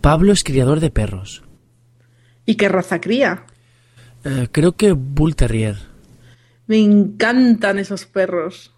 Pablo es criador de perros. ¿Y qué raza cría? Eh, creo que Bull Terrier. Me encantan esos perros.